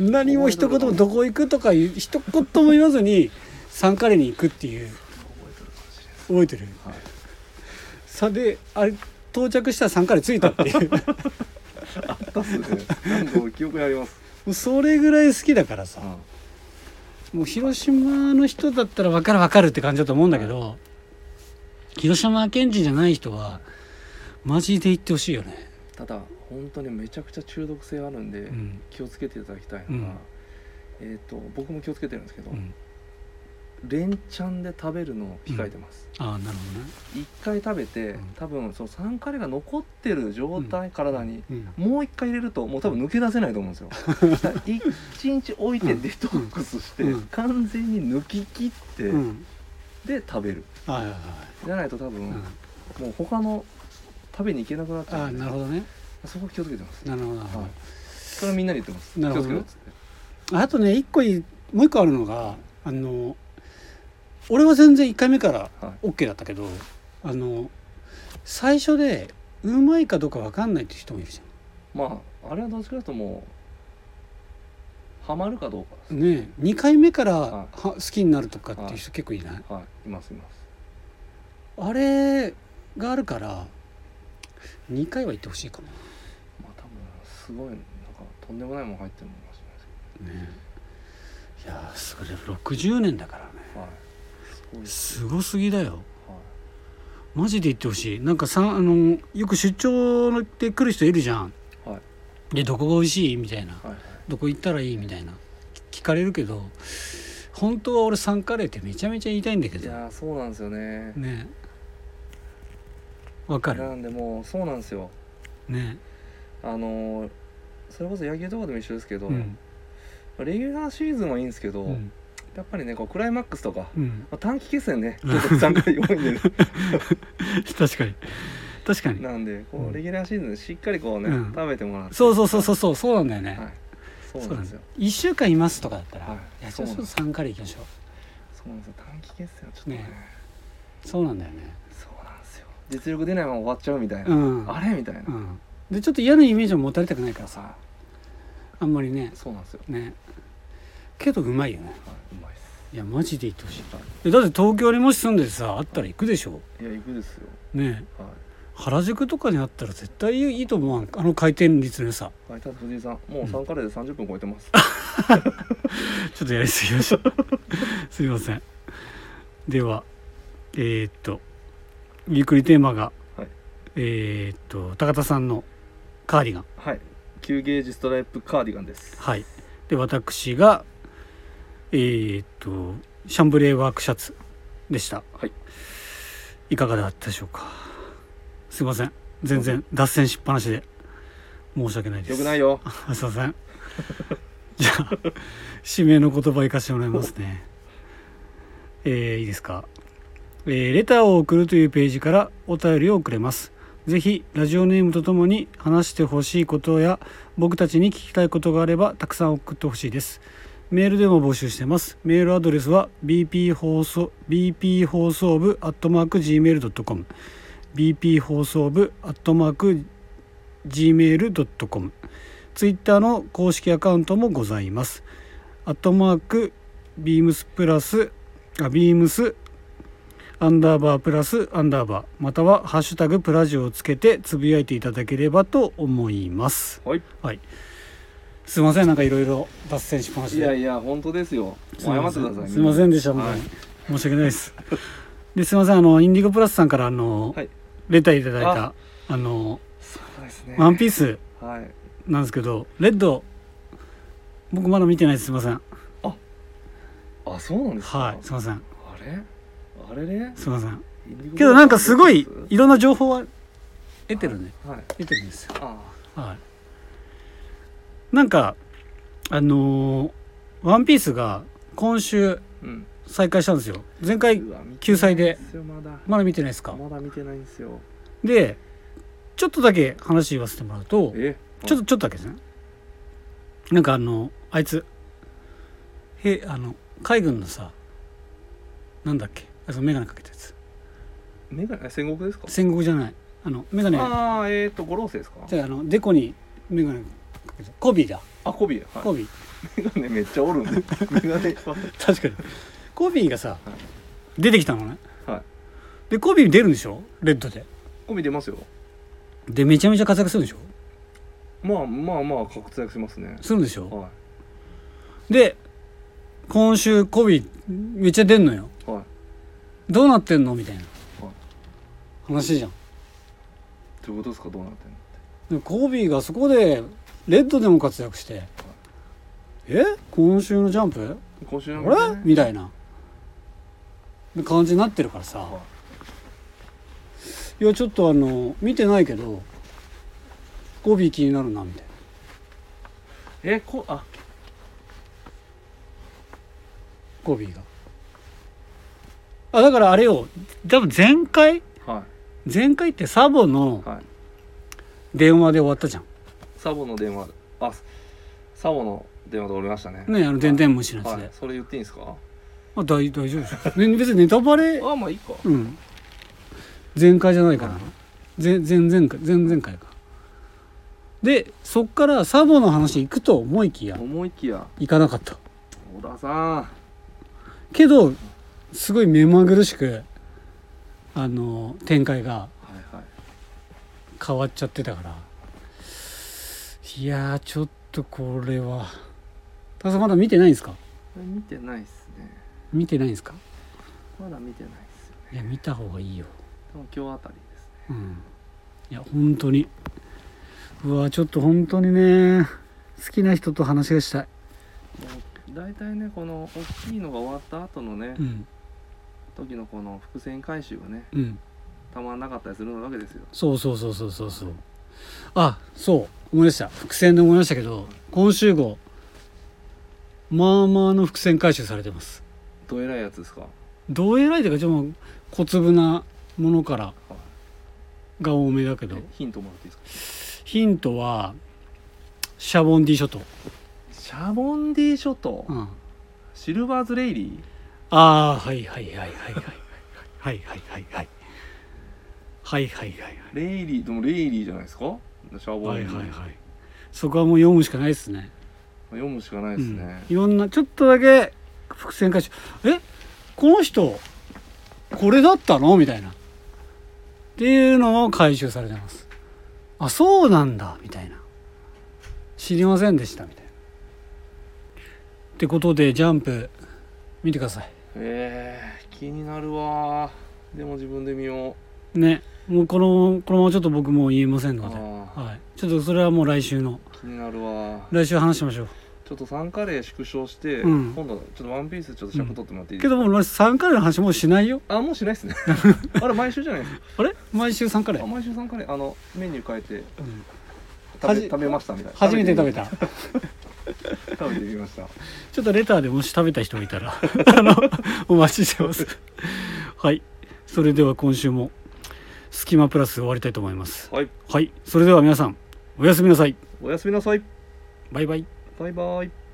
Speaker 1: 何も一言もどこ行くとか言う一言も言わずにサンカレーに行くっていう覚えてる
Speaker 2: はい
Speaker 1: さであれ到着したらサンカレー着いたって いう
Speaker 2: 出すねなんか俺記憶にあります、
Speaker 1: もうそれぐらい好きだからさもう広島の人だったら分かる分かるって感じだと思うんだけど、広島県人じゃない人はマジで行ってほしいよね、
Speaker 2: ただ本当にめちゃくちゃ中毒性あるんで、
Speaker 1: うん
Speaker 2: 気をつけていただきたいのが、えっ、と僕も気をつけてるんですけど、
Speaker 1: うん、
Speaker 2: レンチャンで食べるのを控えてます、
Speaker 1: ああなるほどね
Speaker 2: 一回食べて、
Speaker 1: うん
Speaker 2: 多分その酸化レが残ってる状態、体に
Speaker 1: うん
Speaker 2: もう一回入れるともう多分抜け出せないと思うんですよ だから一日置いてデトックスして、
Speaker 1: うん
Speaker 2: 完全に抜き切って、
Speaker 1: うん
Speaker 2: で食べる
Speaker 1: はいはいは
Speaker 2: じゃないと多分、
Speaker 1: い、うん
Speaker 2: もう他の食べに行けなくなっちゃ
Speaker 1: あ
Speaker 2: う
Speaker 1: あ
Speaker 2: んで
Speaker 1: なるほどね
Speaker 2: そこ気をつけてます
Speaker 1: なるほどなるほど、
Speaker 2: はいそれはみんなに言ってます
Speaker 1: なるほどね
Speaker 2: 気をつけてっつって
Speaker 1: あとね一個いもう一個あるのがあの俺は全然1回目から
Speaker 2: はい
Speaker 1: OK だったけどあの最初でうまいかどうか分かんないって人もいるじ
Speaker 2: まああれはどっちかというともうハマるかどうか
Speaker 1: ゃ
Speaker 2: で
Speaker 1: んね2回目からは
Speaker 2: は
Speaker 1: 好きになるとかっていう人結構いない
Speaker 2: す、はいいますいます
Speaker 1: あれがあるから2回は行ってほしいかも
Speaker 2: まあ多分すごいなんかとんでもないもん入ってるのかもしれないです
Speaker 1: ねいやーそれ60年だからね
Speaker 2: けどはいすごいです
Speaker 1: すごすぎだよ
Speaker 2: はい
Speaker 1: マジで行ってほしいなんかさあのよく出張で来る人いるじゃん、
Speaker 2: は
Speaker 1: でどこが美味しいみたいな
Speaker 2: はいはい
Speaker 1: どこ行ったらいいみたいな聞かれるけど本当は俺サンカレーってめちゃめちゃ言いたいんだけ
Speaker 2: い
Speaker 1: ど
Speaker 2: やーそうなんですよね
Speaker 1: ねわか
Speaker 2: な
Speaker 1: る
Speaker 2: んでもうそうなんですよ
Speaker 1: ね
Speaker 2: あのーそれこそ野球とかでも一緒ですけど、
Speaker 1: うん
Speaker 2: レギュラーシーズンはいいんですけど、
Speaker 1: うん
Speaker 2: やっぱりねこうクライマックスとか、
Speaker 1: うん
Speaker 2: まあ、短期決戦ね結構参加が弱いんで、ね、
Speaker 1: 確かに確かに
Speaker 2: なんでこ
Speaker 1: うん
Speaker 2: うレギュラーシーズンでしっかりこうね、
Speaker 1: うん
Speaker 2: 食べてもらって
Speaker 1: そうそうそうそうそうそうなんだよね、
Speaker 2: はい、そうなんですよ
Speaker 1: 1週間いますとかだったら、
Speaker 2: はい
Speaker 1: いやち
Speaker 2: そ
Speaker 1: ょっ
Speaker 2: うなん
Speaker 1: と
Speaker 2: です
Speaker 1: 参加で行きましょ
Speaker 2: そうなんですよ短期決戦はちょっとね
Speaker 1: ねうそうなんだよね
Speaker 2: そうなんですよ実力出ないまま終わっちゃうみたいな、
Speaker 1: うん
Speaker 2: あれみたいな、
Speaker 1: うん、でちょっと嫌なイメージを持たれたくないからさ
Speaker 2: さ
Speaker 1: あんまりね
Speaker 2: そうなんですよ、
Speaker 1: ねけどうまいよね
Speaker 2: はいうまいっす
Speaker 1: いやマジで行ってほしいえだって東京にもし住んでてさあったら行くでしょ
Speaker 2: いや行くですよ
Speaker 1: ね
Speaker 2: は
Speaker 1: 原宿とかにあったら絶対いいと思うあの回転率の良さ
Speaker 2: いはいただ藤井さんもうサンカレーで30分超えてます、
Speaker 1: ちょっとやりすぎました すいませんではえーっとゆっくりテーマが、
Speaker 2: はい
Speaker 1: えーっと高田さんのカーディガン
Speaker 2: はい9ゲージストライプカーディガンです
Speaker 1: はいで私がえーっとシャンブレーワークシャツでした
Speaker 2: はい
Speaker 1: いかがだったでしょうかすいません全然脱線しっぱなしで申し訳ないです
Speaker 2: よくないよ
Speaker 1: あすいませんじゃあ指名の言葉いかしてもらいますねえーいいですか、えーレターを送るというページからお便りを送れますぜひラジオネームとともに話してほしいことや僕たちに聞きたいことがあればたくさん送ってほしいですメールでも募集してますメールアドレスは bp 放送 bp 放送部 gmail.com bp 放送部 gmail.com ツイッターの公式アカウントもございます。アットマーク、ビームスプラス、あ、ビームス、アンダーバープラス、アンダーバー、またはハッシュタグプラジオをつけてつぶやいていただければと思います。
Speaker 2: はい
Speaker 1: すいません、なんかいろいろ脱線しまし
Speaker 2: い
Speaker 1: て。
Speaker 2: やいや本当ですよ
Speaker 1: すい
Speaker 2: 謝
Speaker 1: ま
Speaker 2: って
Speaker 1: せ
Speaker 2: く
Speaker 1: ん
Speaker 2: ださい
Speaker 1: すいませんでした、本当
Speaker 2: はい
Speaker 1: に申し訳ないです。で、すいません、あの、インディゴプラスさんから、あの、
Speaker 2: はい
Speaker 1: レターいただいた、あ
Speaker 2: あ
Speaker 1: の、
Speaker 2: そうですね
Speaker 1: ワンピース
Speaker 2: はい
Speaker 1: なんですけど、レッド、僕まだ見てないです、すいません。
Speaker 2: あそうなんですか
Speaker 1: はい、すいません。
Speaker 2: あれあれれ
Speaker 1: すいません。けどなんかすごいいろんな情報は得てるね。
Speaker 2: はい
Speaker 1: 得てるんですよ。
Speaker 2: あ
Speaker 1: はい。なんかあのーワンピースが今週
Speaker 2: うん
Speaker 1: 再開したんですよ。前回
Speaker 2: うわ見てない
Speaker 1: 救
Speaker 2: んすよ
Speaker 1: 済で
Speaker 2: まだ
Speaker 1: まだ見てないですか。
Speaker 2: まだ見てないんですよ
Speaker 1: で、ちょっとだけ話言わせてもらうと、
Speaker 2: え
Speaker 1: ちょっ
Speaker 2: っ
Speaker 1: とちょっとだけですね。なんかあのあいつへあの海軍のさなんだっけあその眼鏡かけたやつ
Speaker 2: とメガネ戦国ですか
Speaker 1: 戦国じゃないあの眼鏡
Speaker 2: ああえっと五老星ですか
Speaker 1: じゃああのデコにメガネかけてコビーだ
Speaker 2: あコビは
Speaker 1: コビー、
Speaker 2: いメガネめっちゃおるんでメガネ
Speaker 1: 確かにコビーがさ、
Speaker 2: は
Speaker 1: 出てきたのね
Speaker 2: はい
Speaker 1: でコビー出るんでしょレッドで
Speaker 2: コビ出ますよ
Speaker 1: でめちゃめちゃ活躍するんでしょ
Speaker 2: まあまあまあ活躍しますね
Speaker 1: するんでしょ
Speaker 2: は
Speaker 1: で今週コビーめっちゃ出んのよ
Speaker 2: いはい
Speaker 1: どうなってんのみたいな
Speaker 2: はい
Speaker 1: 話じゃん
Speaker 2: どういうことですかどうなってんの
Speaker 1: でコビーがそこでレッドでも活躍してえ今週のジャンプ
Speaker 2: 今週
Speaker 1: あ
Speaker 2: の
Speaker 1: れみたいな感じになってるからさ、
Speaker 2: はい
Speaker 1: やちょっとあの見てないけど語尾気になるなみたい
Speaker 2: えこあ
Speaker 1: な語尾があだからあれよ多分前回
Speaker 2: は
Speaker 1: 前回ってサボの
Speaker 2: いはい
Speaker 1: 電話で終わったじゃん
Speaker 2: サボの電話あサボの電話でおりましたね
Speaker 1: ねあの電電虫のやつで、
Speaker 2: はいそれ言っていいんですか
Speaker 1: あ大大丈夫でしょ、ね、別にネタバレ
Speaker 2: あまあいいか
Speaker 1: うん前回じゃないから
Speaker 2: はい
Speaker 1: 前前々回前々回かでそっからサボの話行くと思いきや
Speaker 2: 思いきや
Speaker 1: 行かなかった
Speaker 2: 小田さん
Speaker 1: けどすごい目まぐるしくあの展開が
Speaker 2: はいはい
Speaker 1: 変わっちゃってたからいやーちょっとこれは田中さんまだ見てないんですか
Speaker 2: これ見てないっすね
Speaker 1: 見てないんですか
Speaker 2: まだ見てないっすよ
Speaker 1: いや見た方がいいよ
Speaker 2: 多分今日あたりですね
Speaker 1: うんいや本当にうわちょっと本当にね好きな人と話がしたい
Speaker 2: も大体ねこの大きいのが終わった後のね、
Speaker 1: うん
Speaker 2: 時のこの伏線回収がね
Speaker 1: うん
Speaker 2: たまんなかったりするわけですよ
Speaker 1: そうそうそうそうそうそうあそう思い出した伏線で思い出したけど今週号まあまあの伏線回収されてます
Speaker 2: どえらいやつですか
Speaker 1: どうえらいというかちょっと小粒なものからが多めだけど
Speaker 2: えヒントもらっていいですか
Speaker 1: ヒントはシャボンディ諸島、
Speaker 2: シャボンディ諸島、
Speaker 1: うん、あ
Speaker 2: シルバーズレイリ
Speaker 1: あーはいはいはいはいはいはいはいはいはいはいはいはい
Speaker 2: ーレイリーでもレイリーじゃないですかシャボン
Speaker 1: は
Speaker 2: デ
Speaker 1: い
Speaker 2: ィ、
Speaker 1: はいはいそこはもう読むしかないですね
Speaker 2: 読むしかないですね、
Speaker 1: うん、いろんなちょっとだけ伏線回収えこの人これだったのみたいなっていうのを回収されてますあそうなんだみたいな知りませんでしたみたいなってことでジャンプ見てくださ
Speaker 2: えー、気になるわーでも自分で見よ
Speaker 1: いねもうこのこのままちょっと僕もう言えません
Speaker 2: う
Speaker 1: ので、
Speaker 2: あー
Speaker 1: はい、ちょっとそれはもう来週の
Speaker 2: 気になるわー
Speaker 1: 来週話しましょう
Speaker 2: ちょっとサンカレー縮小して、
Speaker 1: うん
Speaker 2: 今度ちょっとワンピースちょっと尺取ってもらっていいで
Speaker 1: け
Speaker 2: すか、
Speaker 1: どもう3回の話もうしないよ
Speaker 2: あもうしない ですねあれ毎週じゃないですか
Speaker 1: あれ毎週3回
Speaker 2: あ毎週サンカレーあのメニュー変えて
Speaker 1: うんは
Speaker 2: 食べ
Speaker 1: じ
Speaker 2: 食べましたみたいな
Speaker 1: 初めて食べた
Speaker 2: べてみ食べてみました
Speaker 1: ちょっとレターでもし食べた人がいたら あのお待ちしてますはいそれでは今週も「スキマプラス」終わりたいと思います
Speaker 2: はい
Speaker 1: はいそれでは皆さんおやすみなさい
Speaker 2: おやすみなさい
Speaker 1: バイバイ
Speaker 2: バイバイ